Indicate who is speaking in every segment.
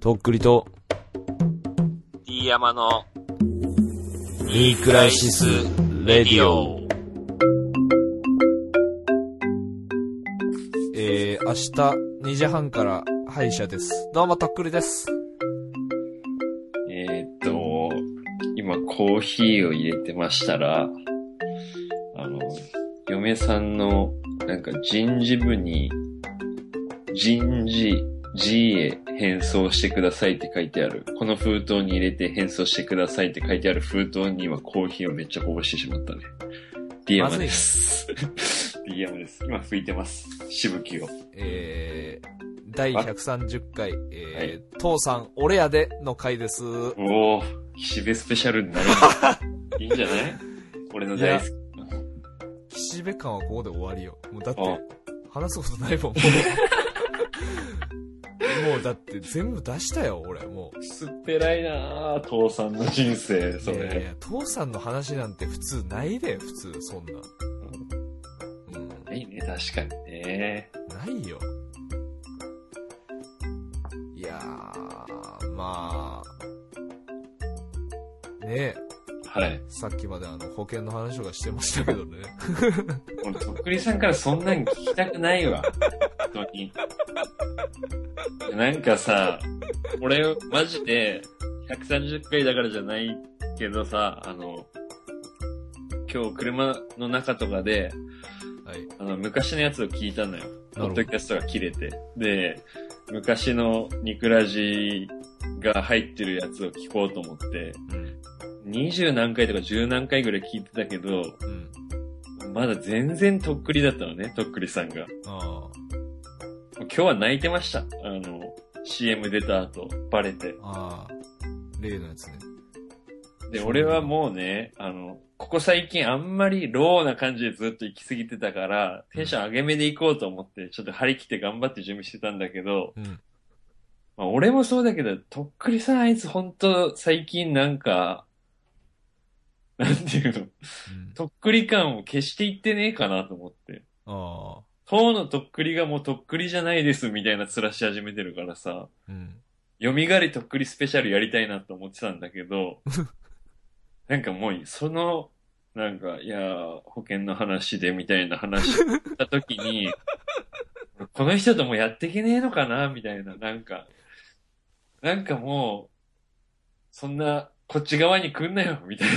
Speaker 1: とっくりと、
Speaker 2: D 山の
Speaker 1: いいクライシス・レディオ。えー、明日2時半から歯医者です。どうも、とっくりです。
Speaker 3: えーっと、今コーヒーを入れてましたら、あの、嫁さんの、なんか人事部に、人事、G へ変装してくださいって書いてある。この封筒に入れて変装してくださいって書いてある封筒に今コーヒーをめっちゃこぼしてしまったね。ディアマです。ディアマです。今拭いてます。しぶきを。
Speaker 1: えー、第130回、えー、父さん、俺やでの回です。
Speaker 3: おー、岸辺スペシャルになるんだいいんじゃない俺の大好き。
Speaker 1: 岸辺感はここで終わりよ。もうだって
Speaker 3: あ、
Speaker 1: 話すことないもん、もう。もうだって全部出したよ、俺、もう。
Speaker 3: すっぺらいなぁ、父さんの人生、そ
Speaker 1: いやい
Speaker 3: れ。
Speaker 1: や、父さんの話なんて普通ないで、普通、そんな。うん。
Speaker 3: いいね、確かにね。
Speaker 1: ないよ。いやー、まあ、ねえ、
Speaker 3: はい。
Speaker 1: さっきまであの保険の話とかしてましたけど ね。
Speaker 3: 俺、とっくりさんからそんなん聞きたくないわ。本当に。なんかさ、俺、マジで、130回だからじゃないけどさ、あの、今日車の中とかで、
Speaker 1: はい。
Speaker 3: あの、昔のやつを聞いたのよ。ポ
Speaker 1: なるほ
Speaker 3: ッ
Speaker 1: ど
Speaker 3: ドキャストが切れて。で、昔のニクラジが入ってるやつを聞こうと思って、
Speaker 1: うん。
Speaker 3: 20何回とか10何回ぐらい聞いてたけど、
Speaker 1: うん。
Speaker 3: まだ全然とっくりだったのね、とっくりさんが。
Speaker 1: あ
Speaker 3: 今日は泣いてました。あの、CM 出た後、バレて
Speaker 1: あ。。ああ。例のやつね。
Speaker 3: で、俺はもうね、あの、ここ最近あんまりローな感じでずっと行き過ぎてたから、テンション上げ目で行こうと思って、ちょっと張り切って頑張って準備してたんだけど、
Speaker 1: うん。
Speaker 3: まあ、俺もそうだけど、とっくりさんあいつほんと最近なんか、なんていうの、
Speaker 1: うん、
Speaker 3: とっくり感を消していってねえかなと思って。
Speaker 1: ああ。
Speaker 3: 当のとっくりがもうとっくりじゃないですみたいな面し始めてるからさ、
Speaker 1: うん。
Speaker 3: よみがりとっくりスペシャルやりたいなと思ってたんだけど、なんかもうその、なんか、いやー、保険の話でみたいな話した時に、この人ともやっていけねえのかなみたいな、なんか、なんかもう、そんな、こっち側に来んなよみたいな。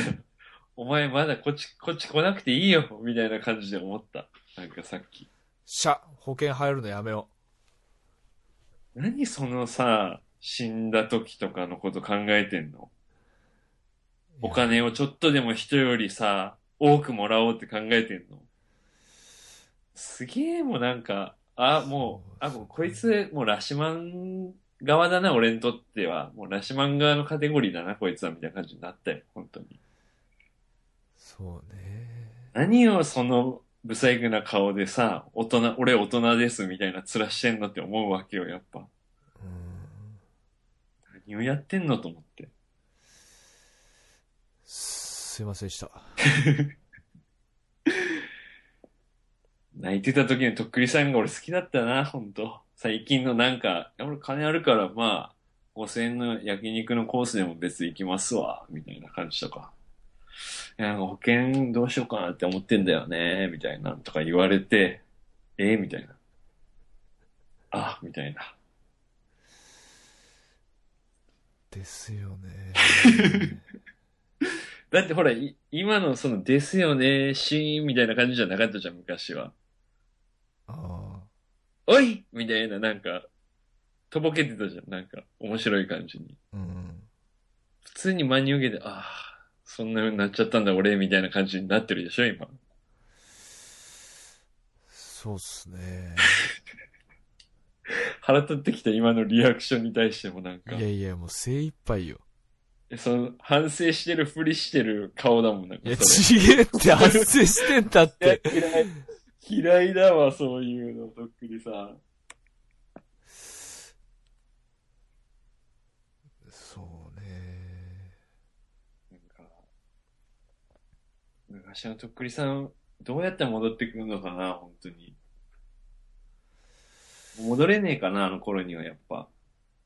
Speaker 3: お前まだこっち、こっち来なくていいよみたいな感じで思った。なんかさっき。
Speaker 1: しゃ、保険入るのやめよ
Speaker 3: 何そのさ、死んだ時とかのこと考えてんの
Speaker 1: う。
Speaker 3: お
Speaker 1: いや。
Speaker 3: 金をちょっとでも人よりさ、多くもらおうって考えてんの。すげえもうなんか、あ、もう、あ、もうこいつ、もうラシマン側だな、俺にとっては。もうラシマン側のカテゴリーだな、こいつは、みたいな感じになったよ、本当に。
Speaker 1: そうね。
Speaker 3: 何をその、不細工な顔でさ、大人、俺大人です、みたいな面してんのって思うわけよ、やっぱ。
Speaker 1: うん。
Speaker 3: 何をやってんのと思って。
Speaker 1: すいませんでした。
Speaker 3: 泣いてた時のとっくりさんが俺好きだったな、ほんと。最近のなんか、俺金あるから、まあ、5000円の焼肉のコースでも別に行きますわ、みたいな感じとか。いや、なんか保険どうしようかなって思ってんだよね、みたいな、とか言われて、えみたいな。あ、みたいな。
Speaker 1: ですよね。
Speaker 3: だってほら、い今のその、ですよね、シーンみたいな感じじゃなかったじゃん、昔は。
Speaker 1: あ
Speaker 3: おいみたいな、なんか、とぼけてたじゃん、なんか、面白い感じに。
Speaker 1: あ。うん。
Speaker 3: 普通に真に受けて、ああ、そんな風になっちゃったんだ俺、みたいな感じになってるでしょ、今。
Speaker 1: そうっすね。
Speaker 3: 腹立ってきた今のリアクションに対してもなん
Speaker 1: い
Speaker 3: か
Speaker 1: や、いや、もう精一杯よ。
Speaker 3: その、反省してるふりしてる顔だもん、なんか
Speaker 1: いや、
Speaker 3: そ
Speaker 1: ちげえって発生してんだっ
Speaker 3: れ。
Speaker 1: て。
Speaker 3: いや、嫌い。嫌いだわ、そういうの、とっくりさん。
Speaker 1: そうね。
Speaker 3: なんか、昔のとっくりさん、どうやって戻ってくるのかな、本当に。戻れねえかな、あの頃にはやっぱ。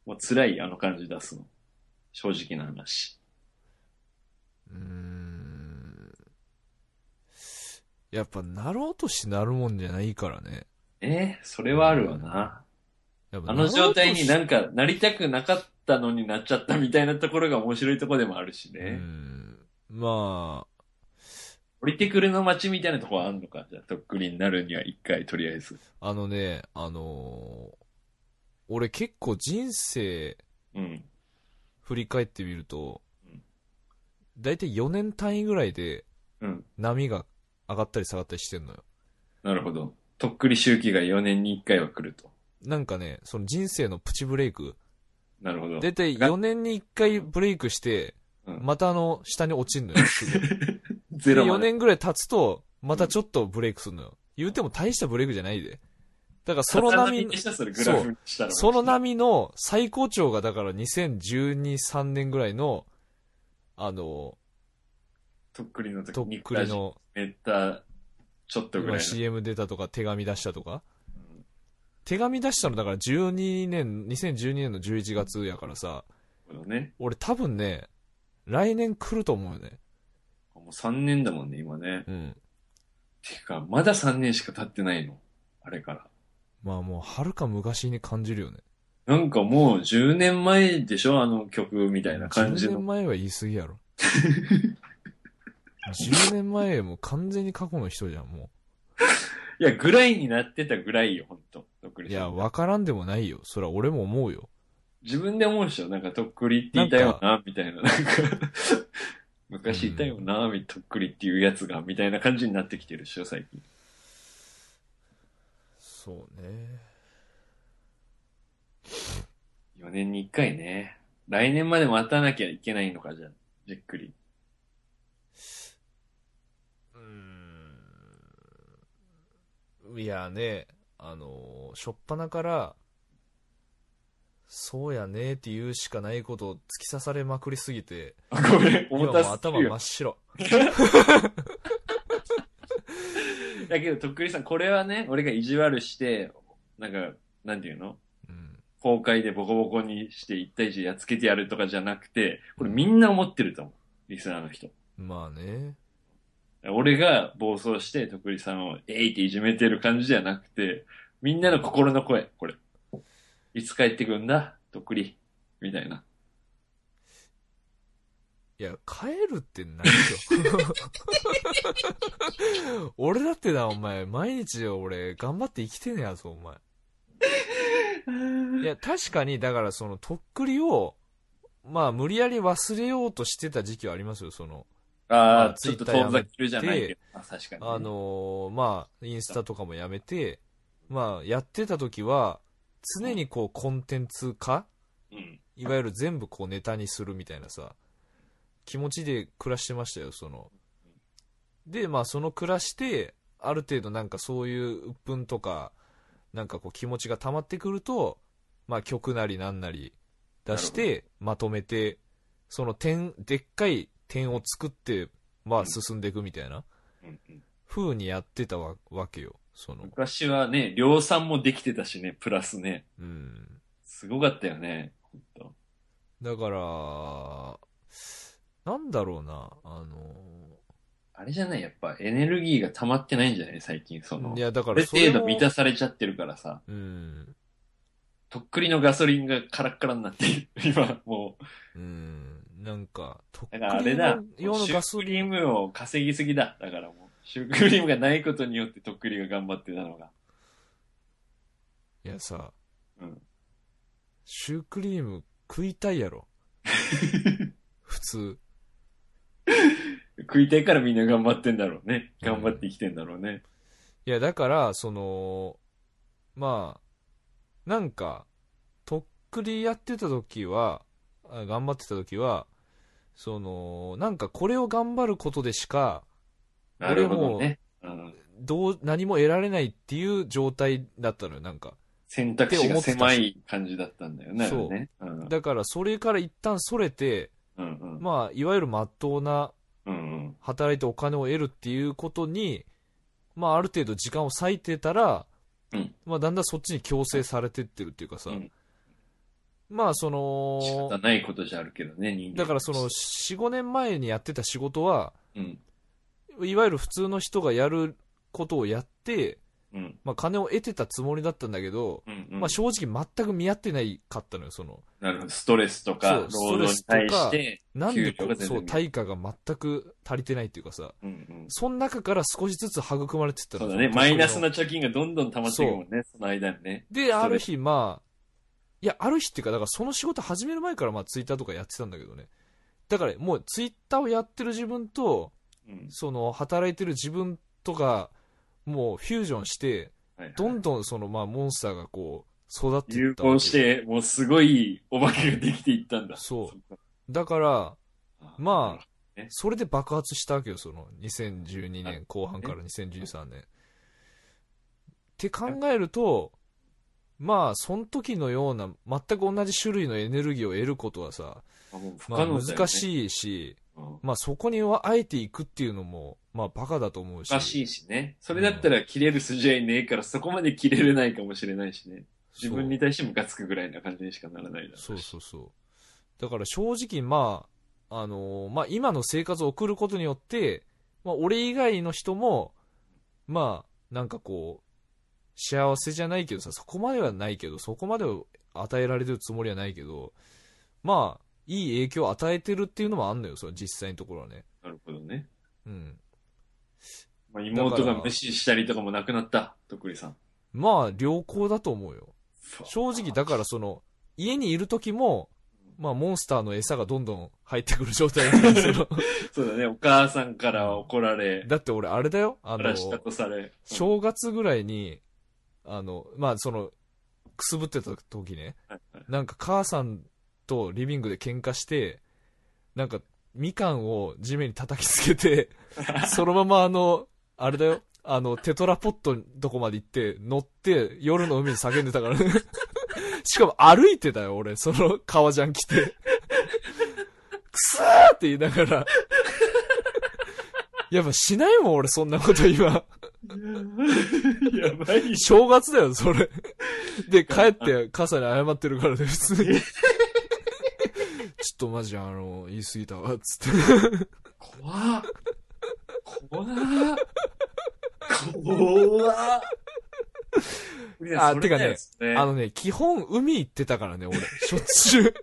Speaker 3: もう辛いあの感じ出すの。正直な話。
Speaker 1: うーん。やっぱ、なろうとしなるもんじゃないからね。
Speaker 3: えーそれはあるわな。
Speaker 1: やっぱ
Speaker 3: あの状態にな
Speaker 1: る
Speaker 3: んかなりたくなかったのになっちゃったみたいなところが面白いところでもあるし
Speaker 1: ね
Speaker 3: ね。。
Speaker 1: まあ、
Speaker 3: 降りてくるの街みたいなところはあんのかじゃあ、とっくりになるには一回とりあえず。
Speaker 1: あのね、あのー俺結構人生
Speaker 3: うん。
Speaker 1: 振り返ってみると
Speaker 3: うん、
Speaker 1: だいたい4年単位ぐらいで
Speaker 3: うん。
Speaker 1: 波が上がったり下がったりしてんのよ。
Speaker 3: なるほど。とっくり周期が4年に1回は来ると。
Speaker 1: なんかね、その人生のプチブレイク。
Speaker 3: なるほど。
Speaker 1: だいたい4年に1回ブレイクして、
Speaker 3: うん
Speaker 1: またあの、下に落ちんの よ。すぐで
Speaker 3: ゼロま
Speaker 1: 4
Speaker 3: で。
Speaker 1: 年ぐらい経つと、またちょっとブレイクするのよ。言うても大したブレイクじゃないで。だからその波
Speaker 3: に、それグラフにしたら。
Speaker 1: その波の最高潮がだから2012、3年ぐらいの、あの、
Speaker 3: とっくりの時
Speaker 1: とっ
Speaker 3: に
Speaker 1: くりの、
Speaker 3: めった、ちょっとぐら
Speaker 1: 今
Speaker 3: い
Speaker 1: CM 出たとか手紙出したとか。
Speaker 3: の。
Speaker 1: 手紙出したのだから12年、2012年の11月やからさ、
Speaker 3: うんなるほどね。
Speaker 1: 俺多分ね、来年来ると思うよね。
Speaker 3: もう3年だもんね、今ね。
Speaker 1: うん。
Speaker 3: てか、まだ3年しか経ってないの。あれから。
Speaker 1: まあもう、遥か昔に感じるよね。
Speaker 3: なんかもう10年前でしょあの曲みたいな感じ
Speaker 1: 10
Speaker 3: の
Speaker 1: 年。前は言い過ぎ やろ。10年前もう完全に過去の人じゃん、も
Speaker 3: いや、ぐらいになってたぐらいよ、ほんと。とっく
Speaker 1: う。
Speaker 3: り
Speaker 1: い
Speaker 3: さん
Speaker 1: や、わからんでもないよ。それは俺も思うよ。
Speaker 3: 自分で思うでしょなんか、とっくりって言いたよな、みたいな。なんか 昔いたよな、みとっくりっていうやつが、みたいな感じになってきてるでしょ、最近。
Speaker 1: そうね。
Speaker 3: 4年に1回ね。来年まで待たなきゃいけないのか、じゃあ。じっくり。
Speaker 1: うーん。いやね、あのー、しょっぱなから、そうやねって言うしかないことを突き刺されまくりすぎて、
Speaker 3: あごめん、重
Speaker 1: 今もう
Speaker 3: たすぎ
Speaker 1: 頭
Speaker 3: る
Speaker 1: 真
Speaker 3: よ
Speaker 1: っ。白。
Speaker 3: だけど、とっくりさん、これはね、俺が意地悪して、なんか、なんていうの
Speaker 1: うん。
Speaker 3: 公開でボコボコにして一対一でやっつけてやるとかじゃなくて、これみんな思ってると思う。リスナーの人。
Speaker 1: まあね。
Speaker 3: 俺が暴走して、徳利さんをえいっていじめてる感じじゃなくて、みんなの心の声、これ。いつ帰ってくるんだ、徳利。みたいな。
Speaker 1: いや、帰るってないよ。 俺だってな、お前、毎日俺、頑張って生きてんねやぞ、お前。いや、確かに、だからその、とっくりを、まあ、無理やり忘れようとしてた時期はありますよ、その、
Speaker 3: あ
Speaker 1: あ
Speaker 3: あ、ちょっと
Speaker 1: Twitter
Speaker 3: 遠ざけるじゃないけど。あ、確かにね、
Speaker 1: あのーまあ、インスタとかもやめて、まあ、やってた時は、常にこう、コンテンツ化
Speaker 3: うん。
Speaker 1: いわゆる全部こうネタにするみたいなさ気持ちで暮らしてましたよそのでまあその暮らしてある程度なんかそういう鬱憤とかなんかこう気持ちが溜まってくるとまあ曲なりなんなり出してまとめてその点でっかい点を作ってま
Speaker 3: う
Speaker 1: あ
Speaker 3: ん
Speaker 1: 進んでいくみたいな
Speaker 3: うんうん
Speaker 1: 風にやってたわわけよその
Speaker 3: 昔はね、量産もできてたしね、プラスね。
Speaker 1: うん
Speaker 3: すごかったよね。ほんと
Speaker 1: だからなんだろうなあの
Speaker 3: あれじゃないやっぱエネルギーが溜まってないんじゃない最近、その
Speaker 1: い。やだ
Speaker 3: あ
Speaker 1: から
Speaker 3: る
Speaker 1: それ
Speaker 3: 程
Speaker 1: も
Speaker 3: 度満たされちゃってるからさ、
Speaker 1: うん
Speaker 3: とっくりのガソリンがカラッカラになってる。 今、も
Speaker 1: うんなんかとっく
Speaker 3: う。だ
Speaker 1: り
Speaker 3: からあれだ
Speaker 1: の。用の
Speaker 3: シュ
Speaker 1: ガ
Speaker 3: ー
Speaker 1: ス
Speaker 3: クリームを稼ぎすぎだ。だからもう、シュークリームがないことによってとっくりが頑張ってたのが。
Speaker 1: いやさ
Speaker 3: うん。
Speaker 1: シュークリーム食いたいや ろ普通
Speaker 3: 食いたいからみんな頑張ってんだろうね。頑張って生きてんだろうね。
Speaker 1: いやだからそのまあなんかとっくりやってた時はあ頑張ってた時はそのなんかこれを頑張ることでしか
Speaker 3: なるほどね。うん。
Speaker 1: どう何も得られないっていう状態だったのよなんか
Speaker 3: 選択肢が狭い感じだったんだよね。
Speaker 1: そう
Speaker 3: あれね。うん。
Speaker 1: だからそれから一旦それて
Speaker 3: うんうん。
Speaker 1: まあいわゆる真っ当な
Speaker 3: うんうん。
Speaker 1: 働いてお金を得るっていうことに、まあ、ある程度時間を割いてたら、
Speaker 3: うん
Speaker 1: まあ、だんだんそっちに強制されてってるっていうかさ、
Speaker 3: うん
Speaker 1: まあそ
Speaker 3: 仕
Speaker 1: の
Speaker 3: 方ないことじゃあるけどね、人間。
Speaker 1: だからその、45年前にやってた仕事は
Speaker 3: うん、
Speaker 1: いわゆる普通の人がやることをやって、
Speaker 3: うん、
Speaker 1: まあ、金を得てたつもりだったんだけど、
Speaker 3: うん、うん
Speaker 1: まあ、正直全く見合ってないかったのよその
Speaker 3: なるほど。ストレスとか、
Speaker 1: そう
Speaker 3: 労働に対して、
Speaker 1: なんで
Speaker 3: 給料
Speaker 1: こ
Speaker 3: が全然
Speaker 1: そう
Speaker 3: 見え
Speaker 1: 対価が全く足りてないっていうかさ
Speaker 3: うん、うん。
Speaker 1: その中から少しずつ育まれてった
Speaker 3: そ
Speaker 1: の
Speaker 3: うだね。マイナス
Speaker 1: の
Speaker 3: な貯金がどんどん溜まっていくもんね、その間にね。
Speaker 1: である日まあいやある日っていうかだからその仕事始める前からまあツイッターとかやってたんだけどねだからもうツイッターをやってる自分と
Speaker 3: うん。
Speaker 1: その働いてる自分とかもうフュージョンして
Speaker 3: はいはい
Speaker 1: どんどんそのまあモンスターがこう育ってい
Speaker 3: 融
Speaker 1: ったわけ
Speaker 3: 合して、もうすごいお化けができていったんだ。
Speaker 1: そう
Speaker 3: う。
Speaker 1: だからま
Speaker 3: あ、
Speaker 1: それで爆発したわけよその2012年後半から2013年って考えるとまあその時のような全く同じ種類のエネルギーを得ることはさ、
Speaker 3: もう不
Speaker 1: まあ、
Speaker 3: 可能だよね。
Speaker 1: 難
Speaker 3: い。
Speaker 1: しいし、
Speaker 3: お
Speaker 1: まあ、そこにはあえていくっていうのも、まあ、バカだと思うし
Speaker 3: かしいしね。それだったら切れる筋合いねえから、そこまで切れれないかもしれないしね。自分に対してムカつくぐらいな感じにしかならないだろうし
Speaker 1: そうそうそうだから正直まあ、あのーまあ、今の生活を送ることによって、まあ、俺以外の人もまあなんかこう幸せじゃないけどさそこまではないけどそこまでを与えられてるつもりはないけどまあいい影響を与えてるっていうのもあんのよその実際のところはね
Speaker 3: なるほどね。
Speaker 1: うん
Speaker 3: まあ、妹が無視したりとかもなくなった、とっくりさん。
Speaker 1: まあ良好だと思うよ正直だからその家にいる時もまあモンスターの餌がどんどん入ってくる状態なんです よ
Speaker 3: そうだね、お母さんから怒られ、
Speaker 1: だって俺あれだよあ
Speaker 3: か
Speaker 1: の
Speaker 3: らしたとされ。うん
Speaker 1: 正月ぐらいにあのまあそのくすぶってた時ね
Speaker 3: はいはい
Speaker 1: なんか母さんとリビングで喧嘩してなんかみかんを地面に叩きつけ てそのままあのあれだよあのテトラポットのとこまで行って乗って夜の海に叫んでた からねしかも歩いてたよ俺その革ジャン着てくすーって言いながらやっぱしないもん俺そんなこと今
Speaker 3: やばい。
Speaker 1: 正月だよ、それ。で、帰って、傘に謝ってるからね、普通に。ちょっとマジ、あの、言い過ぎたわ、つって。
Speaker 3: 怖っ。怖っ。怖っ。
Speaker 1: あ
Speaker 3: それだよ
Speaker 1: てあ、のね、基本、海行ってたからね、俺。しょっちゅう。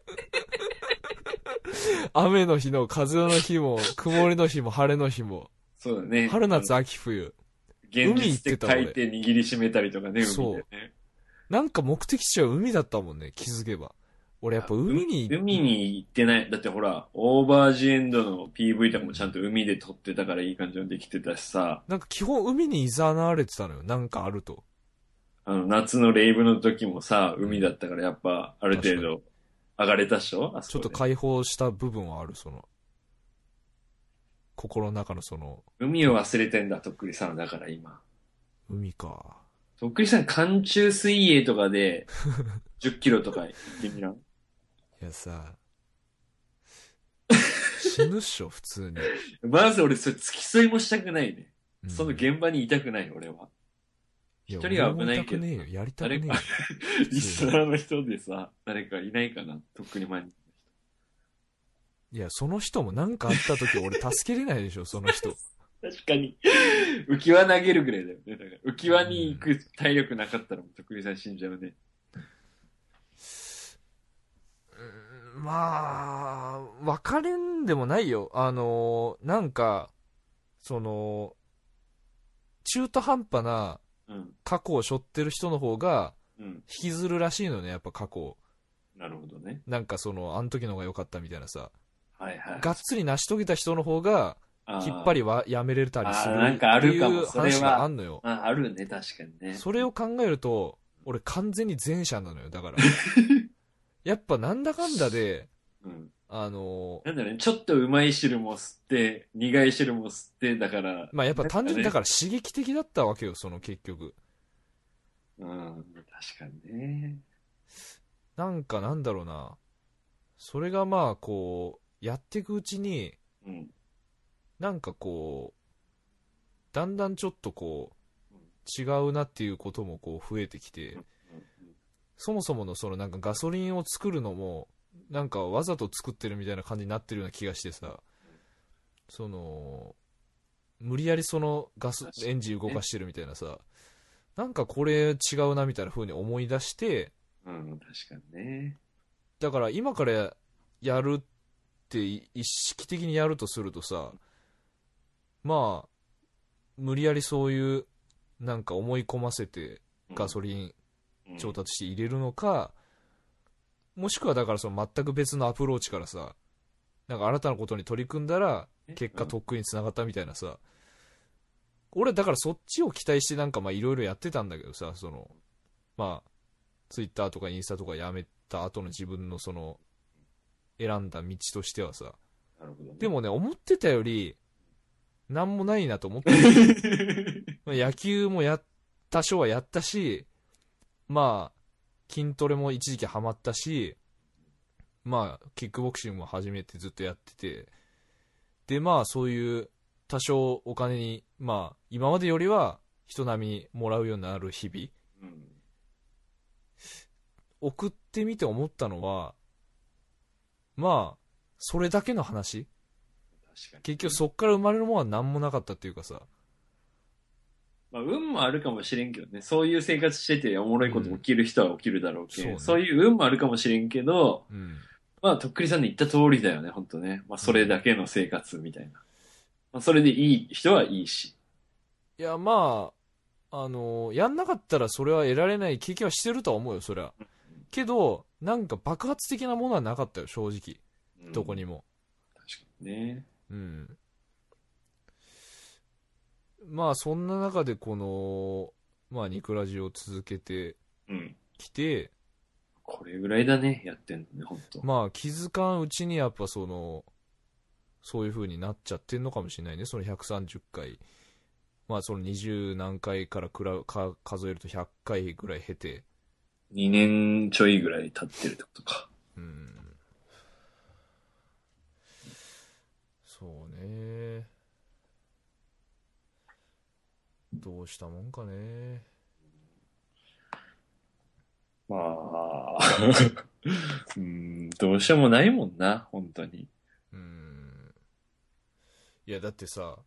Speaker 1: 雨の日の、風の日も、曇りの日も、晴れの日も。
Speaker 3: そうだね。
Speaker 1: 春、夏、秋、冬。海
Speaker 3: 現
Speaker 1: 行っ
Speaker 3: 実
Speaker 1: て
Speaker 3: で
Speaker 1: た
Speaker 3: 書
Speaker 1: 俺
Speaker 3: いて握りしめたりとかね、
Speaker 1: そう
Speaker 3: 海でね。
Speaker 1: なんか目的地は海だったもんね、気づけば。俺やっぱ海に
Speaker 3: う海に行ってない。だってほら、オーバージエンドの PV とかもちゃんと海で撮ってたからいい感じのできてたしさ、
Speaker 1: なんか基本海に誘われてたのよ、なんかあると。
Speaker 3: あの、夏のレイブの時もさ、海だったからやっぱ、ある程度、上がれたっしょあ
Speaker 1: ちょ
Speaker 3: そ
Speaker 1: っ
Speaker 3: ことで
Speaker 1: 解放した部分はある、その、心の中のその、
Speaker 3: 海を忘れてんだ、とっくりさんはだから今。
Speaker 1: 海か。
Speaker 3: とっくりさん、寒中水泳とか で、10キロとか行ってみらん
Speaker 1: いや さ、死ぬっしょ、普通に。
Speaker 3: まず俺、それ付き添いもしたくないね。
Speaker 1: うん
Speaker 3: その現場にいたくない、俺は。
Speaker 1: いや
Speaker 3: 一人は危ないけど
Speaker 1: 俺もやりたくねえよやりたくねえよ
Speaker 3: 誰。リスナーの人でさ、誰かいないかな、とっくり前に。
Speaker 1: いや、その人もなんかあった時俺助けれないでしょ、その人。
Speaker 3: 確かに。浮き輪投げるぐらいだよね。だから浮き輪に行く体力なかったら、もう徳井さん死んじゃうね。
Speaker 1: うんまあ、別れんでもないよ。あの、なんか、その、中途半端な
Speaker 3: うん。
Speaker 1: 過去を背負ってる人の方が
Speaker 3: うん。
Speaker 1: 引きずるらしいのね、やっぱ過去を。
Speaker 3: なるほどね。
Speaker 1: なんかその、あの時の方が良かったみたいなさ、
Speaker 3: はいはい。
Speaker 1: がっつり成し遂げた人の方が、
Speaker 3: あ
Speaker 1: 引
Speaker 3: ー
Speaker 1: っ張りはやめれたりする
Speaker 3: あーなんかあ
Speaker 1: って
Speaker 3: る
Speaker 1: い
Speaker 3: かも
Speaker 1: う
Speaker 3: それは
Speaker 1: 話があんのよ。
Speaker 3: あ、あるね、確かにね。
Speaker 1: それを考えると、俺完全に前者なのよ、だ から。やっぱなんだかんだで、
Speaker 3: うん。
Speaker 1: あのー
Speaker 3: なんだろうね、ちょっとうまい汁も吸って、苦い汁も吸って、だから、
Speaker 1: まあやっぱ単純にだ
Speaker 3: なん
Speaker 1: から刺激的だったわけよ、その結局。
Speaker 3: うん、確かにね。
Speaker 1: なんかなんだろうな。それがまあこう、やっていくうちに、
Speaker 3: うん。
Speaker 1: なんかこう、だんだんちょっとこう
Speaker 3: うん、
Speaker 1: 違うなっていうこともこう増えてきて、そもそものそのなんかガソリンを作るのもなんかわざと作ってるみたいな感じになってるような気がしてさその無理やりそのガス
Speaker 3: 確かに
Speaker 1: エンジン動かしてるみたいなさなんかこれ違うなみたいな風に思い出して
Speaker 3: うん、確かにね。
Speaker 1: だから今からやるって意識的にやるとするとさまあ無理やりそういうなんか思い込ませてガソリン
Speaker 3: リ
Speaker 1: 調達して入れるのか、もしくはだからその全く別のアプローチからさなんか新たなことに取り組んだら結果とっくにつながったみたいなさ、俺はだからそっちを期待してなんかまあいろいろやってたんだけどさそのまあツイッターとかインスタとかやめた後の自分のその選んだ道としてはさ
Speaker 3: なるほどね
Speaker 1: で、もね思ってたよりなんもないなと思ってまあ野球もや多少はやったし、まあ、筋トレも一時期ハマったし、まあ、キックボクシングも初めてずっとやってて、で、まあ、そういう、多少お金に、まあ、今までよりは人並みにもらうようになる日々、
Speaker 3: うん、
Speaker 1: 送ってみて思ったのは、まあ、それだけの話
Speaker 3: 確かに。
Speaker 1: 結局そっから生まれるものは何もなかったっていうかさ、
Speaker 3: まあ、運もあるかもしれんけどね、そういう生活してておもろいこと起きる人は起きるだろうけ、
Speaker 1: うん
Speaker 3: ど
Speaker 1: そうね
Speaker 3: そういう運もあるかもしれんけど、
Speaker 1: うん。
Speaker 3: まあ、とっくりさんの言った通りだよね、本当ね。まあ、それだけの生活みたいな。まあ、それでいい人はいいし。
Speaker 1: いや、まあ、あのやんなかったらそれは得られない経験はしてるとは思うよ、そりゃ。けど、なんか爆発的なものはなかったよ、正直。
Speaker 3: うん
Speaker 1: どこにも。
Speaker 3: 確かにね。
Speaker 1: うん。まあ、そんな中でこの、まあ、ニクラジを続けて
Speaker 3: うん。
Speaker 1: きて、
Speaker 3: これぐらいだね、やってんのね、本当。
Speaker 1: まあ、気づかんうちにやっぱその、そういう風になっちゃってんのかもしれないね、その130回。まあ、その20何回からくらか数えると100回ぐらい経て。
Speaker 3: 2年ちょいぐらい経ってるってことか。
Speaker 1: うんそうねどうしたもんかね
Speaker 3: まあ、 うん、どうしようもないもんな、本当に。
Speaker 1: うんいやだってさ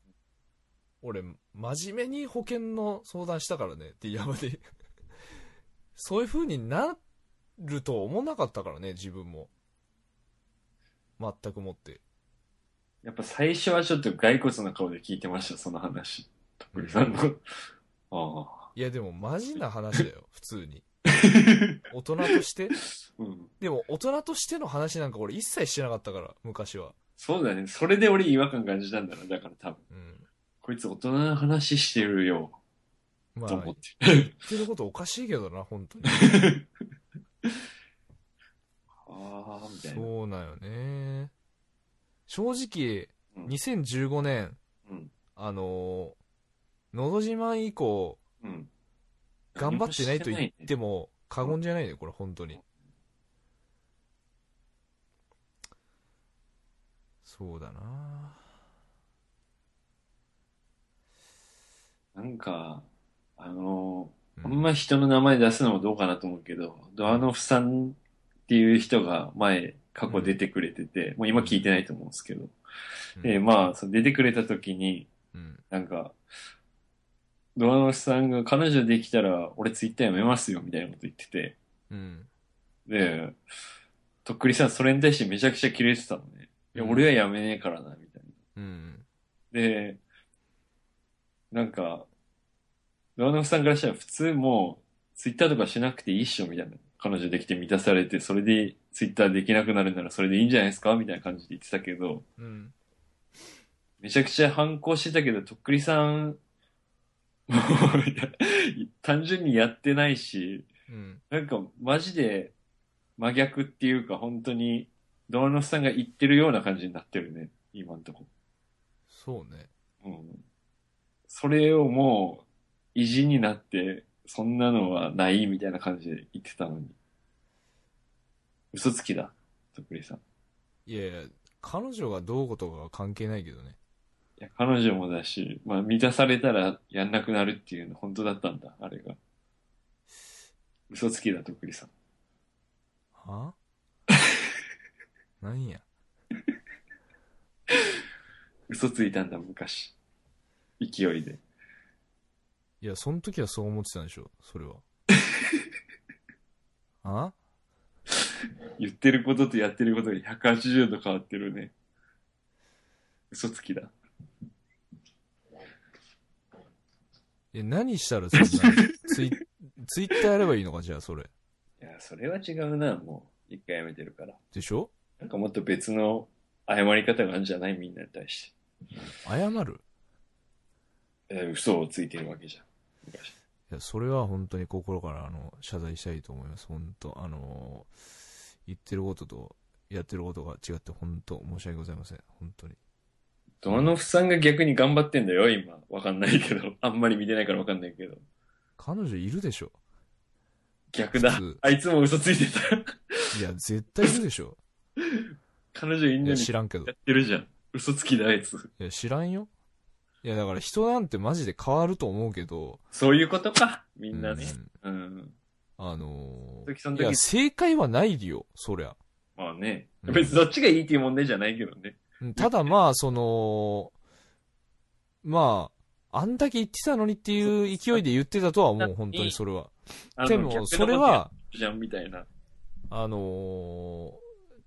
Speaker 1: 俺真面目に保険の相談したからねって山でそういう風になると思わなかったからね自分も全くもって
Speaker 3: やっぱ最初はちょっと骸骨の顔で聞いてました、その話。とっくりさんの。ああ。
Speaker 1: いやでもマジな話だよ普通に大人として
Speaker 3: うん。
Speaker 1: でも大人としての話なんか俺一切してなかったから昔は、
Speaker 3: そうだね。それで俺違和感感じたんだな。だから多分。
Speaker 1: うん、
Speaker 3: こいつ大人の話してるよ。
Speaker 1: まあ
Speaker 3: と思
Speaker 1: 言
Speaker 3: っ。
Speaker 1: って てることおかしいけどな本当に
Speaker 3: ああ、みたいな。
Speaker 1: そうなんよね正直
Speaker 3: うん
Speaker 1: 2015年
Speaker 3: うん。
Speaker 1: あのーのど自慢」以降
Speaker 3: うん。
Speaker 1: 頑張ってないと言
Speaker 3: 何も
Speaker 1: っ
Speaker 3: して
Speaker 1: も過言じゃないねこれ本当にそうだな
Speaker 3: ないね。なんか、あの
Speaker 1: う
Speaker 3: あんま人の名前出すのもどうかなと思うけど、ドアノフさんっていう人が前、過去出てくれてて、もう今聞いてないと思うんですけど、
Speaker 1: うん
Speaker 3: で、まあ、その出てくれた時に、
Speaker 1: うん
Speaker 3: なんか、ドアノフさんが彼女できたら俺ツイッターやめますよみたいなこと言ってて、
Speaker 1: うん
Speaker 3: で、とっくりさんそれに対してめちゃくちゃキレてたのね。いや、
Speaker 1: うん
Speaker 3: 俺はやめねえからな、みたいな。
Speaker 1: うん
Speaker 3: で、なんか、ドアノフさんからしたら普通もう、ツイッターとかしなくていいっしょ、みたいな。彼女できて満たされて、それでツイッターできなくなるならそれでいいんじゃないですかみたいな感じで言ってたけど、
Speaker 1: うん
Speaker 3: めちゃくちゃ反抗してたけど、とっくりさん、もういや 単純にやってないし、
Speaker 1: うん
Speaker 3: なんかマジで真逆っていうか、本当に、ドアノフさんが言ってるような感じになってるね、今んとこ。
Speaker 1: そうね
Speaker 3: うんそれをもう、意地になって、そんなのはないみたいな感じで言ってたのに。嘘つきだ、とっくりさん。い
Speaker 1: いやいや彼女がどうことかは関係ないけどね
Speaker 3: や、彼女もだし、まあ、満たされたらやんなくなるっていうの、本当だったんだ、あれが。嘘つきだ、とっくりさん。
Speaker 1: は何や
Speaker 3: 嘘ついたんだ、昔。勢いで。
Speaker 1: いやその時はそう思ってたんでしょそ れはあ
Speaker 3: 言ってることとやってることが180度変わってるね。嘘つきだ。
Speaker 1: え何したらそんなツイツイッターやればいいのかじゃあそれ
Speaker 3: いや、それは違うな、もう。一回やめてるから。
Speaker 1: でしょ
Speaker 3: なんかもっと別の謝り方があるんじゃないみんなに対して。
Speaker 1: 謝る
Speaker 3: えー嘘をついてるわけじゃん。昔
Speaker 1: いやそれは本当に心からあの謝罪したいと思います本当あの言ってることとやってることが違って本当申し訳ございません本当に
Speaker 3: ドアノフさんが逆に頑張ってんだよ、今。わかんないけど。あんまり見てないからわかんないけど。
Speaker 1: 彼女いるでしょ
Speaker 3: 逆だ
Speaker 1: 普通。
Speaker 3: あいつも嘘ついてた。
Speaker 1: いや絶対いるでしょ
Speaker 3: 彼女いん
Speaker 1: い
Speaker 3: の
Speaker 1: や
Speaker 3: に
Speaker 1: 知らんけど
Speaker 3: やってるじゃん。嘘つきだ、あいつ。
Speaker 1: いや知らんよいやだから人なんてマジで変わると思うけど
Speaker 3: そういうことか、みんなね。
Speaker 1: うん
Speaker 3: うん。
Speaker 1: あの
Speaker 3: 鈴木さん
Speaker 1: ー、
Speaker 3: の
Speaker 1: い
Speaker 3: 時
Speaker 1: や正解はないよそりゃ
Speaker 3: まあね。
Speaker 1: うん
Speaker 3: 別にどっちがいいっていう問題じゃないけどね。
Speaker 1: うんただまあそのまああんだけ言ってたのにっていう勢いで言ってたとは思う本当にそれは
Speaker 3: あの
Speaker 1: で
Speaker 3: 逆の
Speaker 1: も
Speaker 3: こと
Speaker 1: それは
Speaker 3: じゃんみたいな。
Speaker 1: あのー、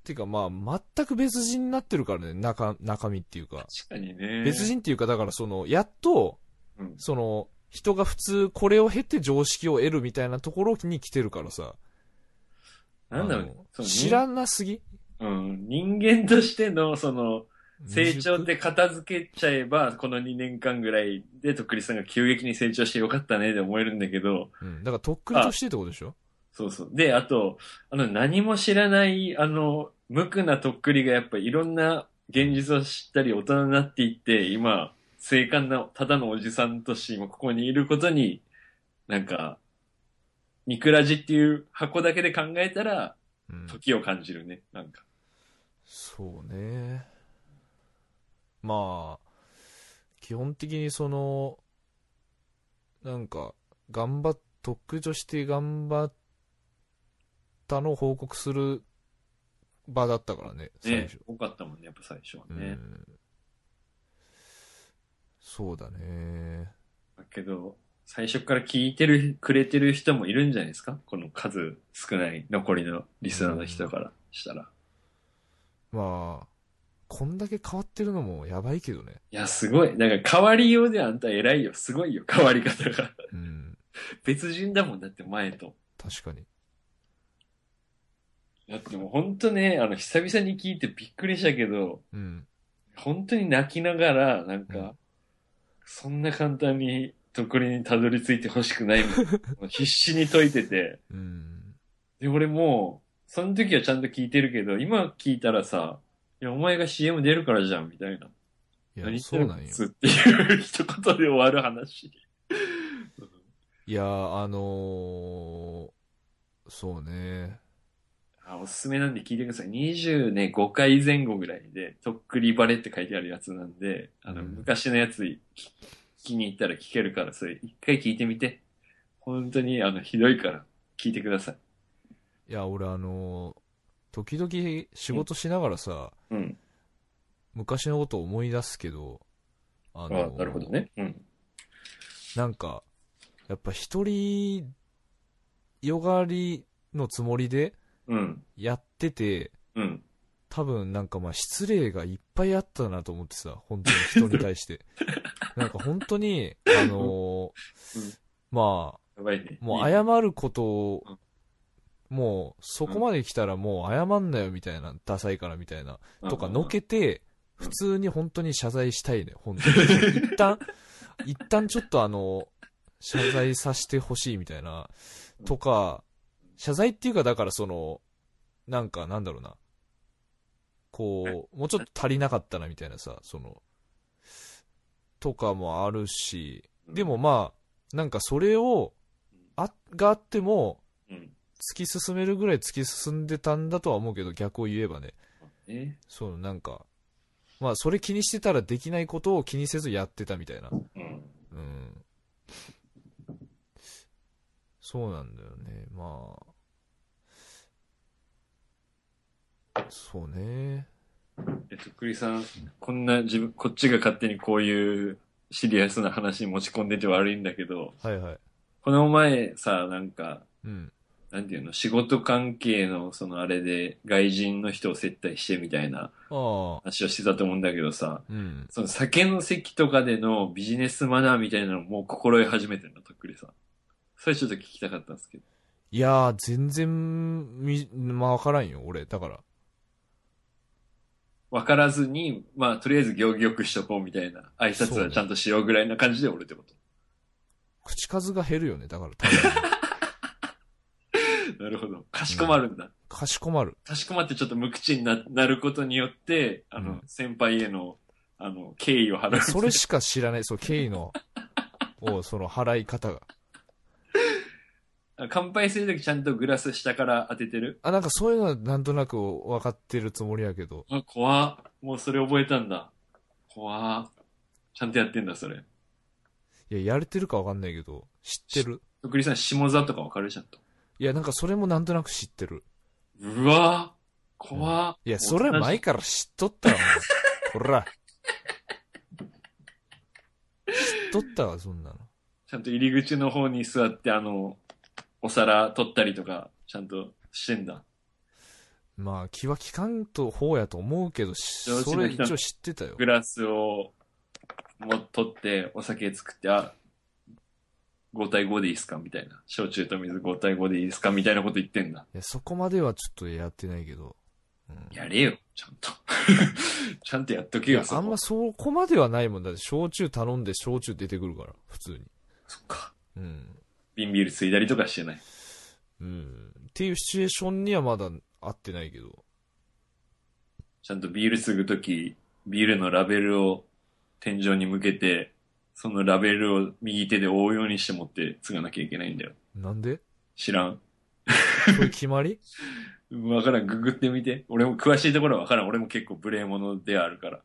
Speaker 1: てかまあ、全く別人になってるからね、中、中身っていうか。
Speaker 3: 確かにね。
Speaker 1: 別人っていうか、だからその、やっと、
Speaker 3: うん
Speaker 1: その、人が普通これを経て常識を得るみたいなところに来てるからさ。
Speaker 3: なんだろう
Speaker 1: あ
Speaker 3: ね
Speaker 1: の。
Speaker 3: その
Speaker 1: 知らなすぎ
Speaker 3: うん。人間としての、その、成長っ
Speaker 1: 未熟
Speaker 3: て片付けちゃえば、この2年間ぐらいで、とっくりさんが急激に成長してよかったねって思えるんだけど、
Speaker 1: うん。だから、とっくりとしてってことでしょ
Speaker 3: そうそう。で、あと、あの、何も知らない、あの、無垢なとっくりがやっぱいろんな現実を知ったり、大人になっていって、今、精悍な、ただのおじさんとして今ここにいることに、なんか、ミクラジっていう箱だけで考えたら、
Speaker 1: うん。
Speaker 3: 時を感じるね、なんか。
Speaker 1: そうね。まあ、基本的にその、なんか、頑張っ、とっくりとして頑張ったのを報告する場だったからね、最
Speaker 3: ね
Speaker 1: 初。、
Speaker 3: 多かったもんね、やっぱ最初は
Speaker 1: う
Speaker 3: ね。
Speaker 1: ん。そうだね。
Speaker 3: だけど、最初から聞いてる、くれてる人もいるんじゃないですかこの数少ない残りのリスナーの人からしたら。
Speaker 1: まあ、こんだけ変わってるのもやばいけどね。
Speaker 3: いや、すごい。なんか変わりようであんた偉いよ。すごいよ、変わり方が。
Speaker 1: うん。
Speaker 3: 別人だもんだって前と。
Speaker 1: 確かに。
Speaker 3: だってもうほんとね、あの、久々に聞いてびっくりしたけど、
Speaker 1: うん。
Speaker 3: 本当に泣きながら、なんか、
Speaker 1: うん
Speaker 3: そんな簡単に、とこりにたどり着いてほしくないみたいな。必死に解いてて。
Speaker 1: うん。
Speaker 3: で、俺もう、その時はちゃんと聞いてるけど、今聞いたらさ、いや、お前が CM 出るからじゃん、みたいな。
Speaker 1: い
Speaker 3: 何
Speaker 1: や、
Speaker 3: 言って
Speaker 1: そう
Speaker 3: る
Speaker 1: なんよ
Speaker 3: っ。つっていう一言で終わる話。
Speaker 1: いやー、あのー、そうね。
Speaker 3: あおすすめなんで聞いてください。25ね、5回前後ぐらいで、とっくりバレって書いてあるやつなんで、あの、
Speaker 1: うん
Speaker 3: 昔のやつ聞きに行ったら聞けるから、それ一回聞いてみて。本当に、あの、ひどいから、聞いてください。
Speaker 1: いや、俺あのー、時々仕事しながらさ、
Speaker 3: うん。
Speaker 1: 昔のことを思い出すけど、あ
Speaker 3: あ
Speaker 1: のー
Speaker 3: なるほどね。うん。
Speaker 1: なんか、やっぱ一人、よがりのつもりで
Speaker 3: うん。
Speaker 1: やってて、
Speaker 3: うん。
Speaker 1: 多分なんかまあ失礼がいっぱいあったなと思ってさ、本当に人に対 して。なんか本当に、あのー
Speaker 3: うん
Speaker 1: まあ、
Speaker 3: やばいね。
Speaker 1: も
Speaker 3: いうい
Speaker 1: 謝ることを
Speaker 3: うん、
Speaker 1: もうそこまで来たらもう謝んなよみたいな、ダサいからみたいな、とかのけて、
Speaker 3: うん
Speaker 1: 普通に本当に謝罪したいね、本当に。一旦、一旦ちょっとあの、謝罪させてほしいみたいな、とか、謝罪っていうかだからその、なんかなんだろうな、こう、もうちょっと足りなかったなみたいなさ、その、とかもあるし、でもまあ、なんかそれを、あ、があっても、
Speaker 3: うん。
Speaker 1: 突き進めるぐらい突き進んでたんだとは思うけど、逆を言えばね。
Speaker 3: ね。
Speaker 1: そう、なんか、まあそれ気にしてたらできないことを気にせずやってたみたいな。
Speaker 3: うん。
Speaker 1: うん。そうなんだよね。まあ。そうね。
Speaker 3: えっと、栗さん、こんな自分、こっちが勝手にこういうシリアスな話に持ち込んでて悪いんだけど、
Speaker 1: はいはい。
Speaker 3: この前さ、なんか、
Speaker 1: うん。
Speaker 3: なんていうの、仕事関係の、そのあれで、外人の人を接待してみたいな
Speaker 1: ああ。
Speaker 3: 話をしてたと思うんだけどさ、
Speaker 1: うん。
Speaker 3: その酒の席とかでのビジネスマナーみたいなのもう心得始めてるの、とっくりさん。それちょっと聞きたかったんですけど。
Speaker 1: いやー、全然、み、まあ、わからんよ、俺。だから。
Speaker 3: わからずに、まあ、とりあえず行儀よくしとこうみたいな、挨拶はちゃんとしようぐらいな感じで俺ってこと。
Speaker 1: 口数が減るよね、だから多分。
Speaker 3: なるほど。かしこまるんだ。
Speaker 1: かしこまる。
Speaker 3: かしこまってちょっと無口にななることによって、あの、
Speaker 1: うん
Speaker 3: 先輩への、あの、敬意を払う。
Speaker 1: それしか知らない、その経緯の、を、その払い方が。
Speaker 3: 乾杯するときちゃんとグラス下から当ててる
Speaker 1: あ、なんかそういうのはなんとなく分かってるつもりやけど。
Speaker 3: あ、怖っもうそれ覚えたんだ。怖っちゃんとやってんだ、それ。
Speaker 1: いや、やれてるか分かんないけど、知ってる。
Speaker 3: とくりさん、下座とかわかるじゃんと。
Speaker 1: いや、なんかそれもなんとなく知ってる。
Speaker 3: うわぁ怖っ
Speaker 1: いや、それ
Speaker 3: 大人
Speaker 1: 前から知っとったわ、も うほら。知っとったわ、そんなの。
Speaker 3: ちゃんと入り口の方に座って、あの、お皿取ったりとか、ちゃんとしてんだ。
Speaker 1: まあ、気は利かんと方やと思うけど、し
Speaker 3: 上手
Speaker 1: そ
Speaker 3: な
Speaker 1: れ
Speaker 3: 人だ
Speaker 1: 一応知ってたよ。
Speaker 3: グラスを、も、取って、お酒作って、あ、5対5でいいっすかみたいな。焼酎と水5対5でいいっすかみたいなこと言ってんだ。
Speaker 1: いや、そこまではちょっとやってないけど。うん
Speaker 3: やれよ、ちゃんと。 ちゃんとやっとけ
Speaker 1: い
Speaker 3: よ、
Speaker 1: や、あんまそ
Speaker 3: そ
Speaker 1: こまではないもんだって、焼酎頼んで焼酎出てくるから、普通に。
Speaker 3: こそっか。
Speaker 1: うん。
Speaker 3: 瓶ビールついだりとかしてない。
Speaker 1: うん。っていうシチュエーションにはまだ合ってないけど。
Speaker 3: ちゃんとビール継ぐとき、ビールのラベルを天井に向けて、そのラベルを右手で覆うようにして持って継がなきゃいけないんだよ。
Speaker 1: なんで
Speaker 3: 知らん。
Speaker 1: そういう決まり
Speaker 3: わからん、ググってみて。俺も詳しいところはわからん。俺も結構無礼者ではあるから。